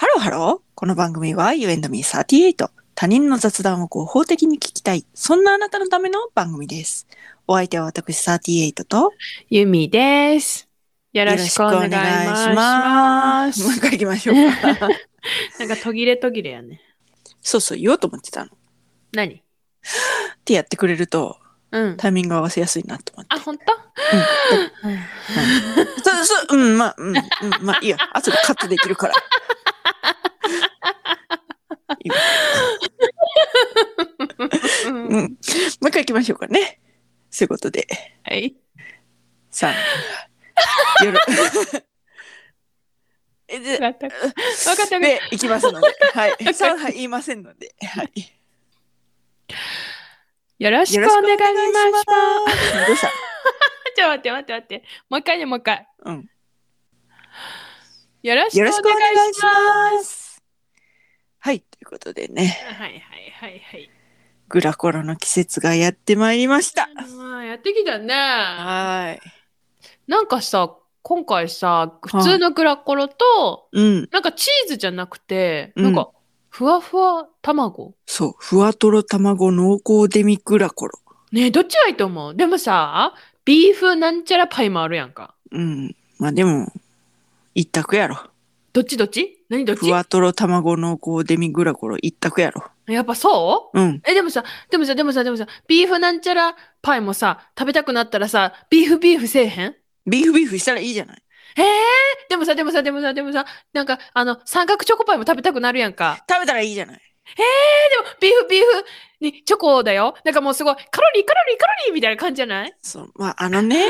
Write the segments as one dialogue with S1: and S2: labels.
S1: ローハロー。この番組は You and me38。他人の雑談を合法的に聞きたい。そんなあなたのための番組です。お相手は私38と、
S2: ゆみです。よろしくお願いしま
S1: もう
S2: す。
S1: 一回行きましょうか。
S2: なんか途切れ途切れやね。
S1: そうそう、言おうと思ってたの。っ
S2: 何
S1: てやってくれると、
S2: うん。
S1: タイミング合わせやすいなと思って。
S2: あ、本当？
S1: そうそう、うん、まあ、うん、うん、まあ、いいや、後でカットできるから。 いいわうん、
S2: うん
S1: もう一回行きましょうかね。そういうことで。
S2: はい。
S1: さあ、 よろ。えで
S2: わかった。わかった。
S1: で、行きますので、 はい。さあ、言いませんので、はい。
S2: よろしくお願いします。
S1: どうした
S2: ちょっと待って待って待って。もう一回ね、もう一回。
S1: うん。
S2: よろし
S1: よ
S2: く
S1: ろ
S2: お
S1: しくお
S2: 願
S1: 願
S2: い
S1: い
S2: し
S1: し
S2: ま
S1: ます。はい、ということでね、
S2: す。はいはいはいはい。
S1: グラコロの季節がやってまいりました。
S2: あーやってきたね。
S1: はい。
S2: なんかさ、今回さ、普通のグラコロと、
S1: うん、
S2: なんかチーズじゃなくて、
S1: うん
S2: なんか、ふわふわ卵。
S1: そう、ふわとろ卵濃厚デミグラコロ。
S2: ねえ、どっちがいいと思うでもさ、ビーフなんちゃらパイもあるやんか。
S1: うん、まあでも、一択やろ。
S2: どっちどっち何どっ
S1: ふ
S2: ち
S1: わとろ卵濃厚デミグラコロ一択やろ。
S2: やっぱそう
S1: うん。
S2: え、でもさ、でもさ、でもさ、でもさ、ビーフなんちゃらパイもさ、食べたくなったらさ、ビーフビーフせえへん
S1: ビーフビーフしたらいいじゃない。
S2: へえでもさ、でもさ、でもさ、でもさ、なんか、あの、三角チョコパイも食べたくなるやんか。
S1: 食べたらいいじゃない。
S2: え、でも、ビーフビーフにチョコだよ。なんかもうすごい、カロリーカロリーカロリーみたいな感じじゃない
S1: そう、まあ、あの ね。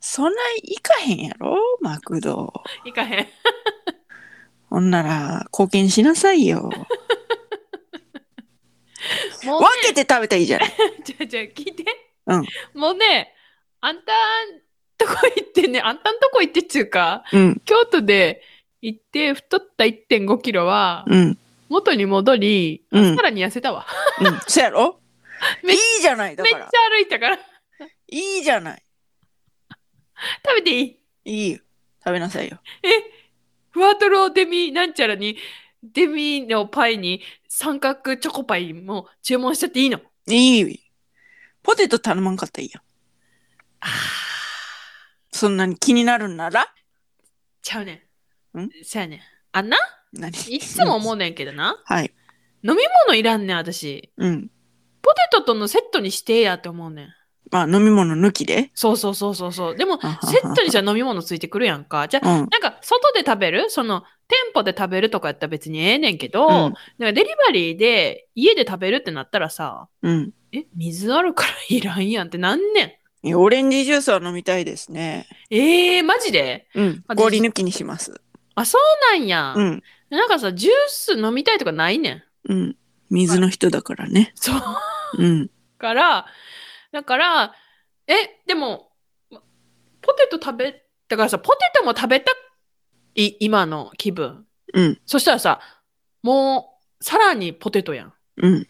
S1: そんないかへんやろマクド。
S2: いかへん。
S1: ほんなら、貢献しなさい よ。
S2: もう
S1: 分けて食べたらいいじゃない。
S2: じゃあじゃあ聞いて。
S1: うん
S2: もうね、あんたんとこ行ってね、あんたんとこ行ってっちゅうか、
S1: うん、
S2: 京都で行って太った1.5キロは、
S1: うん、うん。
S2: 元に戻り、
S1: う
S2: さ
S1: ん
S2: らに痩せたわ。
S1: そやろい
S2: め
S1: いじゃない、だ
S2: めっ
S1: か
S2: ちゃ
S1: ら。
S2: 歩いたから。食
S1: いいじゃない。
S2: べていい
S1: いいよ。食べなさいよ。
S2: え、ふわとろデミなんちゃらに、デミのパイに三角チョコパイも注文しちゃっていいの
S1: いいよ。ポテト頼まんかったらいいやん。そんなに気になるんなら
S2: ちゃうねん。
S1: ん
S2: そやねん。あんな
S1: 何
S2: いつも思うねんけどな。
S1: はい。
S2: 飲み物いらんねん、私。
S1: うん。
S2: ポテトとのセットにしてやって思うねん。
S1: まあ、飲み物抜きで。
S2: そうそうそうそうそう。でも、
S1: あはは
S2: セットにじゃ飲み物ついてくるやんか。じゃあ、
S1: うん。
S2: なんか、外で食べるその、店舗で食べるとかやったら別にええねんけど、
S1: うん
S2: なんかデリバリーで家で食べるってなったらさ、
S1: うん。
S2: え、水あるからいらんやんってなんねん。
S1: いやオレンジジュースは飲みたいですね。
S2: えー、マジで
S1: うん
S2: あ。
S1: 氷抜きにします。
S2: あ、そうなんや、
S1: うん。
S2: なんかさ、ジュース飲みたいとかないねん。
S1: うん。水の人だからね。
S2: そう。
S1: うん。
S2: から、だから、え、でも、ポテト食べ、だからさ、ポテトも食べたい、今の気分。
S1: うん。
S2: そしたらさ、もう、さらにポテトやん。
S1: うん。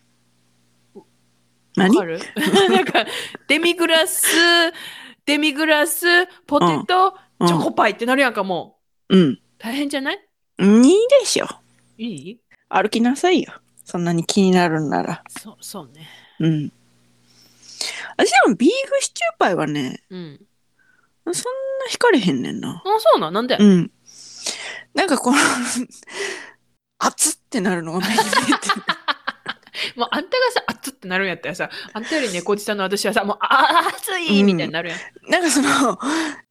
S2: わ
S1: 何
S2: かる なんか、デミグラス、デミグラス、ポテ
S1: う
S2: ト、
S1: ん
S2: チョコパイってなるやんか、も
S1: うん。
S2: う。大変じゃない
S1: いいでしょ。
S2: いい
S1: 歩きなさいよ。そんなに気になるんなら。
S2: そう、そうね。
S1: うん。私でもビーフシチューパイはね、
S2: うん。
S1: そんな惹かれへんねんな
S2: あ。、そうなん、なんで、
S1: うん。なんかこの、 熱ってなるのが目に見えてる
S2: もうあんたがさ、熱ってなるんやったらさ、あんたより猫舌の私はさ、もう、あ熱いみたいになるやん。
S1: なんかその、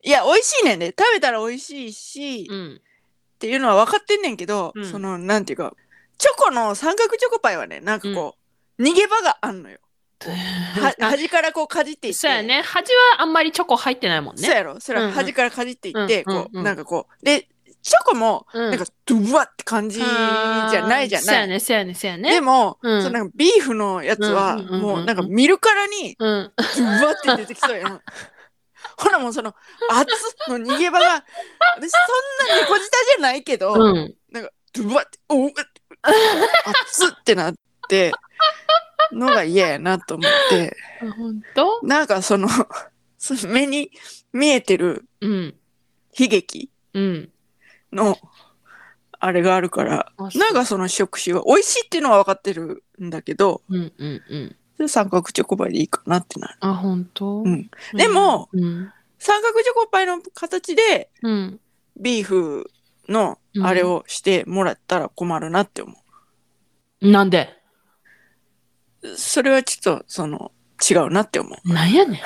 S1: いや、美味しいねんで、食べたら美味しいし、
S2: うん。
S1: っていうのは分かってんねんけど、
S2: うん
S1: そのなんていうかチョコの三角チョコパイはねなんかこう、逃げ場があんのよは端からこうかじっていって
S2: そうやね。端はあんまりチョコ入ってないもんね。
S1: そうやろそれ
S2: うんう
S1: は
S2: ん
S1: 端からかじっていって、
S2: うんうん
S1: こう、
S2: うん
S1: なんかこうでチョコも
S2: うん
S1: なんかドゥワって感じじゃないじゃ
S2: そう
S1: な
S2: や
S1: い、
S2: ね、そうやね、そうやね。
S1: でも、
S2: うん
S1: そのなんかビーフのやつは、
S2: うんうんうんうん
S1: もうなんか見るからに
S2: うん。
S1: ドゥワって出てきそうや んほらもうその熱の逃げ場が私そんな猫舌じゃないけど、
S2: うん。
S1: ドゥバって、おうっ、熱ってなって、のが嫌やなと思って、
S2: ほんと
S1: なんかその、 その目に見えてる
S2: うん。
S1: 悲劇
S2: うん。
S1: のあれがあるから、
S2: あそう
S1: なんかその食種は美味しいっていうのは分かってるんだけど、
S2: うんうんうん。
S1: 三角チョコパイでいいかなってなる。
S2: あ、本当
S1: うんでも、
S2: うん。
S1: 三角チョコパイの形で
S2: うん。
S1: ビーフのあれをしてもらったら困るなって思
S2: なんで
S1: う。それはちょっとその違うなって思う。
S2: なんやね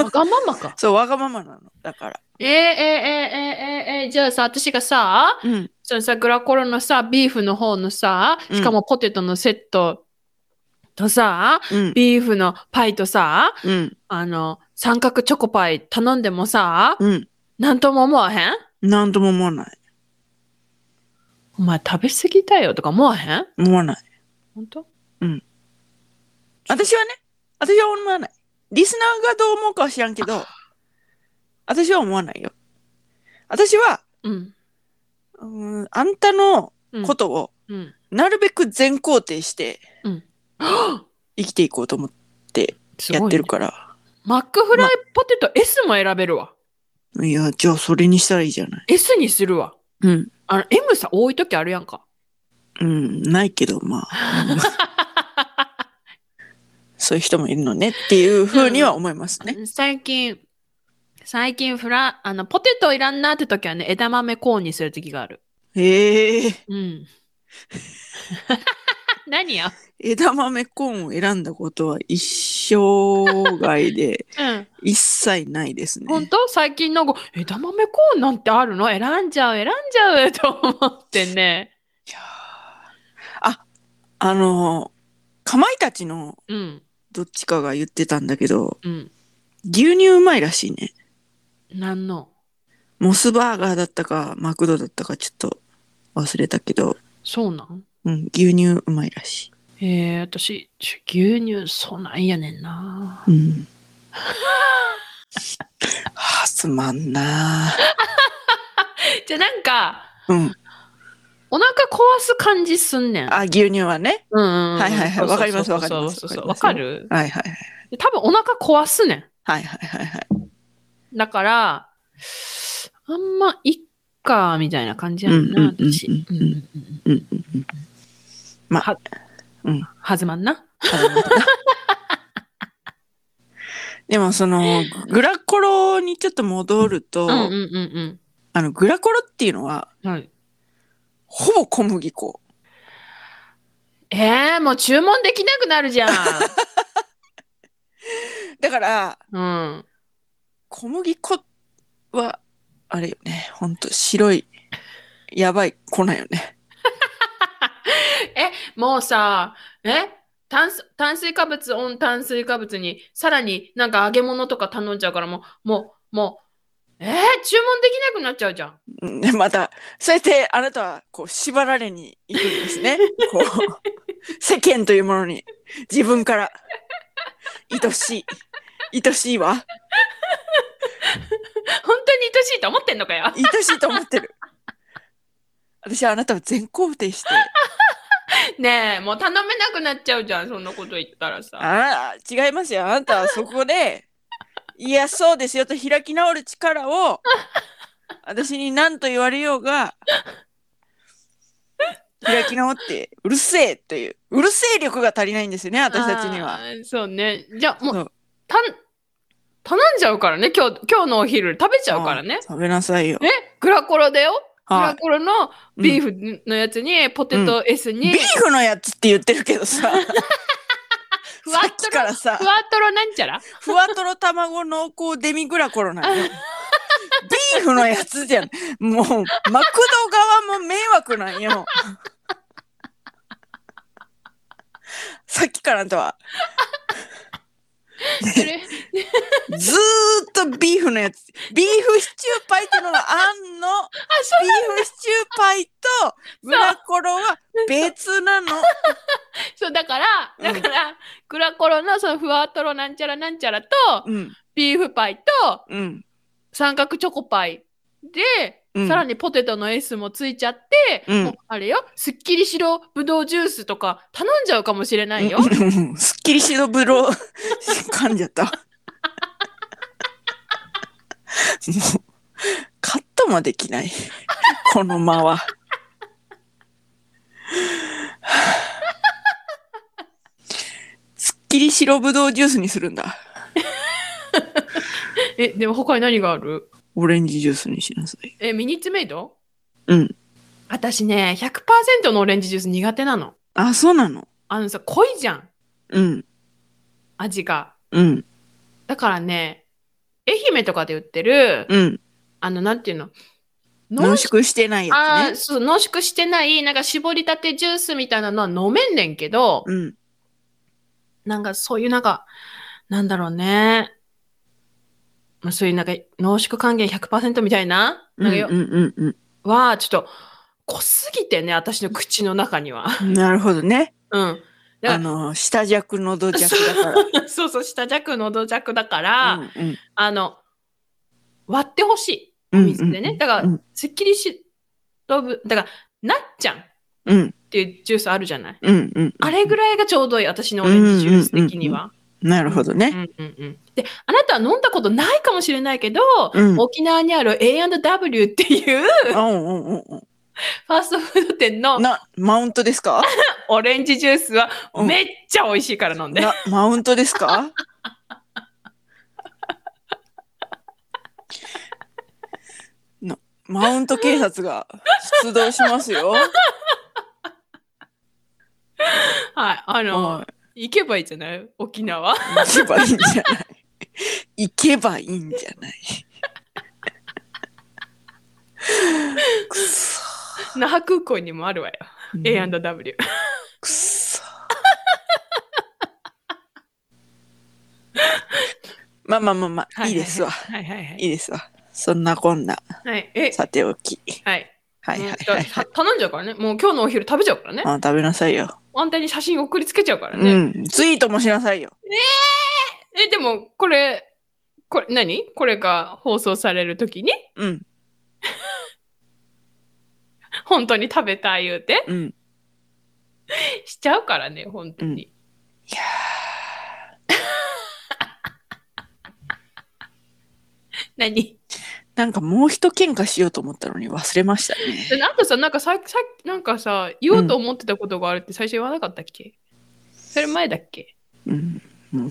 S2: ん。わがままか。
S1: そう、わがままなの。だから。
S2: えー、えー、えー、えー、えー、じゃあさ、私がさ、
S1: うん。
S2: そのさ、グラコロのさ、ビーフの方のさ、
S1: うん
S2: しかもポテトのセットとさ、
S1: うん。
S2: ビーフのパイとさ、
S1: うん。
S2: あの、三角チョコパイ頼んでもさ、
S1: うん。
S2: なんとも思わへん
S1: なんとも思わない。
S2: お前食べ過ぎたよとか思わへん
S1: 思わない。
S2: 本当
S1: 私はね、私は思わない。リスナーがどう思うかは知らんけど、私は思わないよ。私は、
S2: うん。
S1: うーん、あんたの
S2: うん
S1: ことを、
S2: うん。
S1: なるべく全肯定して
S2: うん。
S1: 生きていこうと思って
S2: す
S1: や
S2: ご
S1: っ
S2: い
S1: て
S2: ね
S1: るから。
S2: マックフライポテト S も選べるわ。
S1: いや、じゃあそれにしたらいいじゃない。
S2: S にするわ。
S1: うん。
S2: あの、M さ、多い時あるやんか。
S1: うん、ないけど、まあ、 うんそういう人もいるのねっていうふうには思いますね。
S2: 最近、最近フラ、あの、ポテトいらんなって時はね、枝豆コーンにする時がある。
S1: へえ
S2: うん。何や
S1: 枝豆コーンを選んだことは一生涯で
S2: うん。
S1: 一切ないです
S2: 本
S1: ね。
S2: 当最近なんか、枝豆コーンなんてあるの選んじゃう、選んじゃう と思ってね。
S1: いやーあ、あの、かまいたちの
S2: うん。
S1: どっちかが言ってたんだけど、
S2: うん。
S1: 牛乳うまいらしいね。
S2: なんの
S1: モスバーガーだったか、マクドだったかちょっと忘れたけど、
S2: そうなん
S1: うん、牛乳うまいらし
S2: えー、私、ちょ牛乳、そうなんやねんな。
S1: い。うん。 はあ、つまんなー
S2: じゃあなんか、
S1: うん。
S2: お腹壊す感じすんねん。
S1: あ、牛乳はね。
S2: うんうんうん。
S1: はいはいはい
S2: そうそうそ
S1: わ
S2: う
S1: かりますわかり
S2: そう
S1: ます
S2: そうそう。わ
S1: わ
S2: か
S1: か
S2: る
S1: はいはいはい。
S2: 多分お腹壊すね
S1: はいはいはいはい。
S2: ん。だから、あんま、いっか、みたいな感じやんな、
S1: うんうんうんうん
S2: 私。うんうんうん
S1: うんうんうん。ま
S2: は
S1: あ、うん。
S2: はずまんな。
S1: でもそのグラコロにちょっと戻ると、
S2: うんうんうん
S1: あのグラコロっていうのは
S2: うん。はい。
S1: ほぼ小麦粉
S2: えー、もう注文できなくなるじゃん。
S1: だから
S2: うん。
S1: 小麦粉はあれよねほんと白いやばい粉よね
S2: もうさ、え炭水炭水化物オン炭水化物に、さらになんか揚げ物とか頼んじゃうから、もう、もう、もう、えー、注文できなくなっちゃうじゃん。
S1: うんでまたそうやってあなたはこう縛られに行くんですねこう世間というものに自分から愛しい愛しいわ
S2: 本当に愛しいと思ってんのかよ。
S1: 愛しいと思ってる。私はあなたを全肯定して、
S2: ねえ、もう頼めなくなっちゃうじゃん、そんなこと言ったらさ。
S1: ああ、違いますよ。あなたはそこ で、いや、そうですよと開き直る力 を、私に何と言われようが、開き直って、うるせえという、うるせえ力が足りないんですよね、私たちに
S2: あ
S1: は。
S2: ー。そうね。じゃあ、も
S1: そうう、
S2: たん、頼んじゃうからね、今日、今日のお昼、食べちゃうからね。
S1: 食べなさいよ。
S2: グラコロだよ。グ
S1: は
S2: ラ
S1: い
S2: コロのビーフのやつに、ポテト S に、
S1: ビーフのやつって言ってるけど さ、
S2: ふわ
S1: さ
S2: っ
S1: っきからさ
S2: ふ、わとろなんち ゃら
S1: ふわとろ卵濃厚デミグラコロなのよ。ビーフのやつじゃん。もう、マクド側も迷惑なんよ。さっきからあんたは、
S2: それ
S1: ずーっとビーフのやつ。ビーフシチューパイっていうのがあんの。ビーフシチューパイとグラコロは別なの。
S2: そう、だから、だから、グラコロのそのふわとろなんちゃらなんちゃらと、
S1: うん、
S2: ビーフパイと、
S1: うん、
S2: 三角チョコパイで、
S1: うん
S2: さらにポテトの S もついちゃって、
S1: うん
S2: もうあれよすっきり白ぶどうジュースとか頼んじゃうかもしれないよ。
S1: うん。 すっきりしどぶろう、 噛んじゃった。も う、カットもできない。この間は。 きり白ぶどうジュースにするんだ。
S2: え、でも他に何がある
S1: オレンジジュースにしなさい。
S2: え、ミニッツメイド
S1: うん。
S2: 私ね、100%のオレンジジュース苦手なの。
S1: あ、そうなの。
S2: あのさ、濃いじゃん、
S1: うん。
S2: 味が。
S1: うん。
S2: だからね、愛媛とかで売ってる、
S1: うん。
S2: あの、なんていうの
S1: 濃
S2: 濃
S1: 縮
S2: 縮
S1: してない
S2: あ
S1: やつ
S2: ー
S1: ね。
S2: そう濃縮してない、なんか絞りたてジュースみたいなのは飲めんねんけど、
S1: うん。
S2: なんかそういうなんか、なんだろうね。まあそういうなんか濃縮還元100%みたいな、
S1: うん
S2: なんか
S1: う
S2: よ
S1: んうん
S2: は、ちょっと濃すぎてね、私の口の中には。
S1: うん。なるほどね。
S2: うん。だか
S1: あ
S2: ら
S1: の、下弱のど弱だから。
S2: そうそう、下弱、喉弱だから、
S1: うん
S2: あの、割ってほしい。
S1: う
S2: お
S1: ん
S2: 水でね。だから、
S1: うん
S2: すっきりし、とぶ、だから、なっちゃんっ
S1: うん
S2: ていうジュースあるじゃない。
S1: うんうん。
S2: あれぐらいがちょうどいい、私のオレンジジュース的には。
S1: なるほど
S2: う
S1: ね。
S2: んうんうん。で、あなたは飲んだことないかもしれないけど、
S1: うん
S2: 沖縄にある A&W っていう
S1: うんうんうんう
S2: ファーストフード店の
S1: ん。な、マウントですか
S2: オレンジジュースは
S1: うん
S2: めっちゃ美味しいから飲んで。
S1: な、マウントです かなマウント警察が出動しますよ。
S2: はい。あの
S1: は、
S2: 行けばいいじゃない 沖縄。
S1: い行けばいいんじゃない行けばいいんじゃないくそ。
S2: 那覇空港にもあるわよ。A&W。
S1: くそ。まあまあまあまあ、いいですわ。
S2: はいはいはい
S1: いいですわ。そんなこんな、
S2: はい。え、
S1: さておき。
S2: はい。
S1: はいはい
S2: もう
S1: はい、は
S2: た
S1: い。
S2: 頼んじゃうからね。もう今日のお昼食べちゃうからね。
S1: あ食べなさいよ。
S2: あんたに写真送りつけちゃうから
S1: う
S2: ね。
S1: ん。ツイートもしなさいよ。
S2: え、でも、これ、これ、何これが放送されるときに、
S1: うん。
S2: 本当に食べたい言うて、
S1: うん。い
S2: しちゃうからね、本当に。
S1: や
S2: 何
S1: ーなんかもう一喧嘩しようと思ったのに忘れました
S2: で
S1: ね。
S2: なんかさ、なんかさ、さなんかさ、言おうと思ってたことがあるって最初言わなかったっけ、それ前だっけ
S1: うん。もう、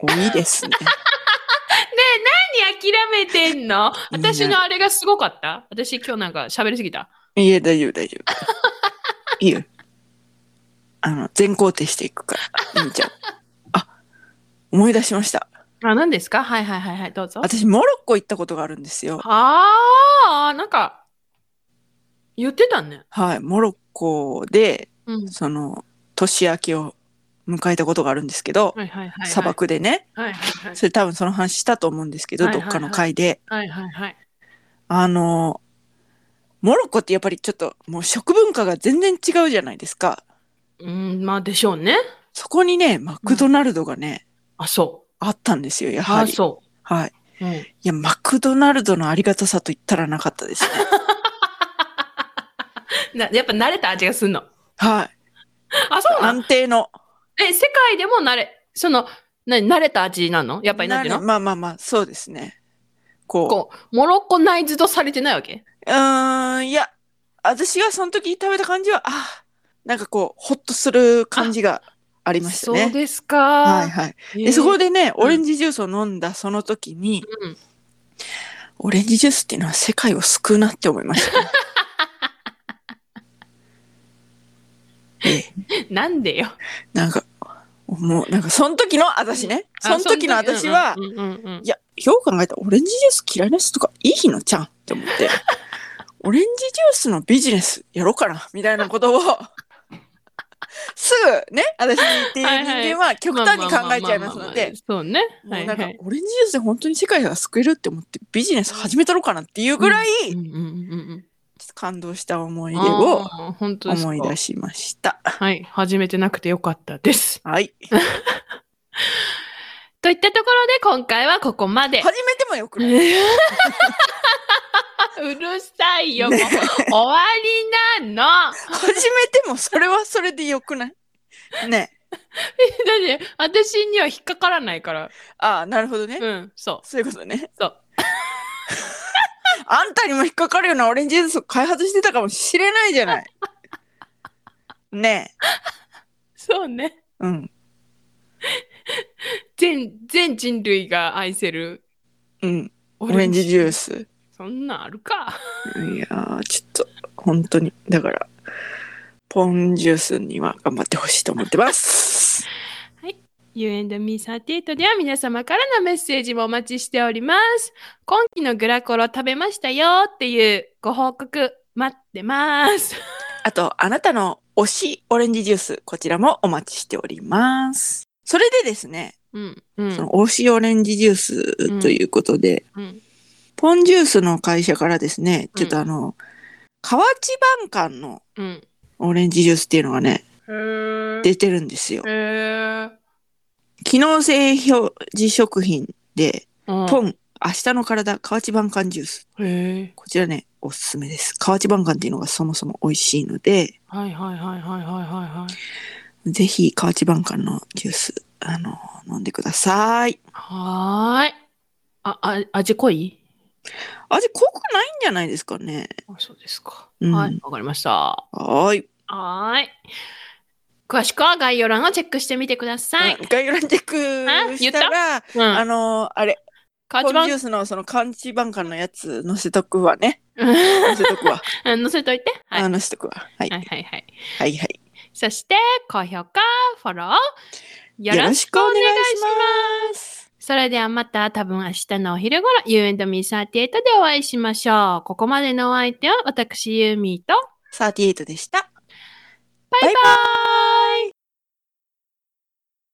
S1: 鬼です ね。
S2: 何諦めてんの
S1: いいね
S2: 私のあれがすごかった私今日なんか喋りすぎた。
S1: いや、大丈夫、大丈夫。いいよ。あの、全肯定していくから、みーちゃん。あ、思い出しました。
S2: あ、何ですかはいはいはいはい、どうぞ。
S1: 私、モロッコ行ったことがあるんですよ。
S2: ああ、なんか、言ってたね。
S1: はい。モロッコで、
S2: うん。
S1: その、年明けを迎えたことがあるんですけど、
S2: はいはいはい、はい。
S1: 砂。漠でね、
S2: はいはいはい。
S1: それ多分その話したと思うんですけど、
S2: はい
S1: ど
S2: はい
S1: っ
S2: はい
S1: かの回で。
S2: はいはいはい。
S1: あの、モロッコってやっぱりちょっともう食文化が全然違うじゃないですか。
S2: うん、まあでしょうね。
S1: そこにね、マクドナルドがね、
S2: あ、そ
S1: あったんですよ、や
S2: う。あ
S1: は
S2: あ、
S1: り。
S2: そ
S1: はい。
S2: う。うん。
S1: いや、マクドナルドのありがたさと言ったらなかったですね。
S2: なやっぱ慣れた味がすんの。
S1: はい。
S2: あ、そうなの
S1: 安定の。
S2: え、世界でも慣れ、その、な慣れた味なのやっぱりなんていうの
S1: まあまあまあ、そうですね。こう。
S2: こう、モロッコナイズドされてないわけ
S1: うーん、いや、私がその時食べた感じは、あなんかこう、ほっとする感じがありました
S2: そう
S1: ね。
S2: ですか。
S1: はいはい。
S2: い
S1: で、そこ
S2: で、
S1: でね、オレンジジュースを飲んだその時に、
S2: うん、
S1: オレンジジュースっていうのは世界を救うなって思いました、ね。 ええ
S2: なんでよ。
S1: なんか、もう、なんかその時の私ね、そ
S2: あ
S1: の時の私は、
S2: うんうんうんうん
S1: いや、よう考えたらオレンジジュース嫌いな人とかいい日のちゃんって思 って、オレンジジュースのビジネスやろうかな、みたいな ことを、すぐね、私に言っている人間は極端に考えちゃいますので、。
S2: そうね。
S1: も
S2: は
S1: う
S2: い
S1: なんか
S2: はい。
S1: オレンジジュースで本当に世界が救えるって思ってビジネス始めたろかなっていうぐらい、
S2: う
S1: ちょっ
S2: んうんうん
S1: と感動した思い
S2: うん。
S1: 出を
S2: あー本当ですか
S1: 思い出しました。
S2: はい。始めてなくてよかったです。
S1: はい。
S2: といったところで今回はここまで。
S1: 始めてもよく
S2: う
S1: ない
S2: るさいよ、もう。終わりなの。
S1: 始めてもそれはそれでよくないね
S2: だって、私には引っかからないから。
S1: ああなるほどね、
S2: うん、そ
S1: そういうことね
S2: そう
S1: あんたにも引っかかるようなオレンジジュースを開発してたかもしれないじゃないね
S2: う。そうね。
S1: えうん
S2: 全、全人類が愛せる
S1: うん。オレンジジュース。
S2: そんなんあるか。
S1: いやー、ちょっと、本当に。だから、ポンジュースには頑張ってほしいと思ってます。
S2: You and me38 では皆様からのメッセージもお待ちしております。今期のグラコロ食べましたよっていうご報告待ってます。
S1: あと、あなたの推しオレンジジュース、こちらもお待ちしております。それでですね、
S2: うん。う
S1: そ
S2: ん。
S1: の推しオレンジジュースということで、
S2: うん、
S1: ポンジュースの会社からですね、
S2: うん
S1: ちょっとあの、河内晩館の
S2: うん。
S1: オレンジジュースっていうのがね、
S2: へー
S1: 出てるんですよ。
S2: へー
S1: 機能性表示食品で、
S2: うん。
S1: ポン、明日の体、河内晩館ジュース。
S2: へー
S1: こちらね、おすすめです。河内晩館っていうのがそもそも美味しいので、
S2: はいはいはいはいはいはいはい。
S1: ぜひ河内晩館のジュース、あの、飲んでください。
S2: はーい。あ、あ味濃い
S1: 味濃くないんじゃないですかね。
S2: あそうですか。
S1: うん
S2: はい、わかりました。
S1: はーい。
S2: はーい。詳しくは概要欄をチェックしてみてください。
S1: うん概要欄チェッ
S2: あ
S1: ク
S2: 言
S1: し
S2: った
S1: たら、
S2: うん。
S1: あのーあれ、
S2: カ
S1: ポン
S2: ーチ
S1: ジ
S2: バン
S1: ュースのその漢字版館のやつ載せとくわ ね。
S2: うん
S1: 載せとくわ。
S2: 載せといて。はい。
S1: あ
S2: はい
S1: 載せとくわ。はい。は
S2: はいいはい。
S1: はいはい。
S2: そして、高評価、フォロー、よ
S1: よ
S2: ろ
S1: ろ
S2: し
S1: し
S2: く
S1: くお
S2: お願
S1: 願
S2: い
S1: い
S2: し
S1: し
S2: ます。それではまた多分明日のお昼頃、You and me38 でお会いしましょう。ここまでのお相手は私、ユーミーと、
S1: 38でした。
S2: バ
S1: バ
S2: イバ
S1: イバ
S2: イ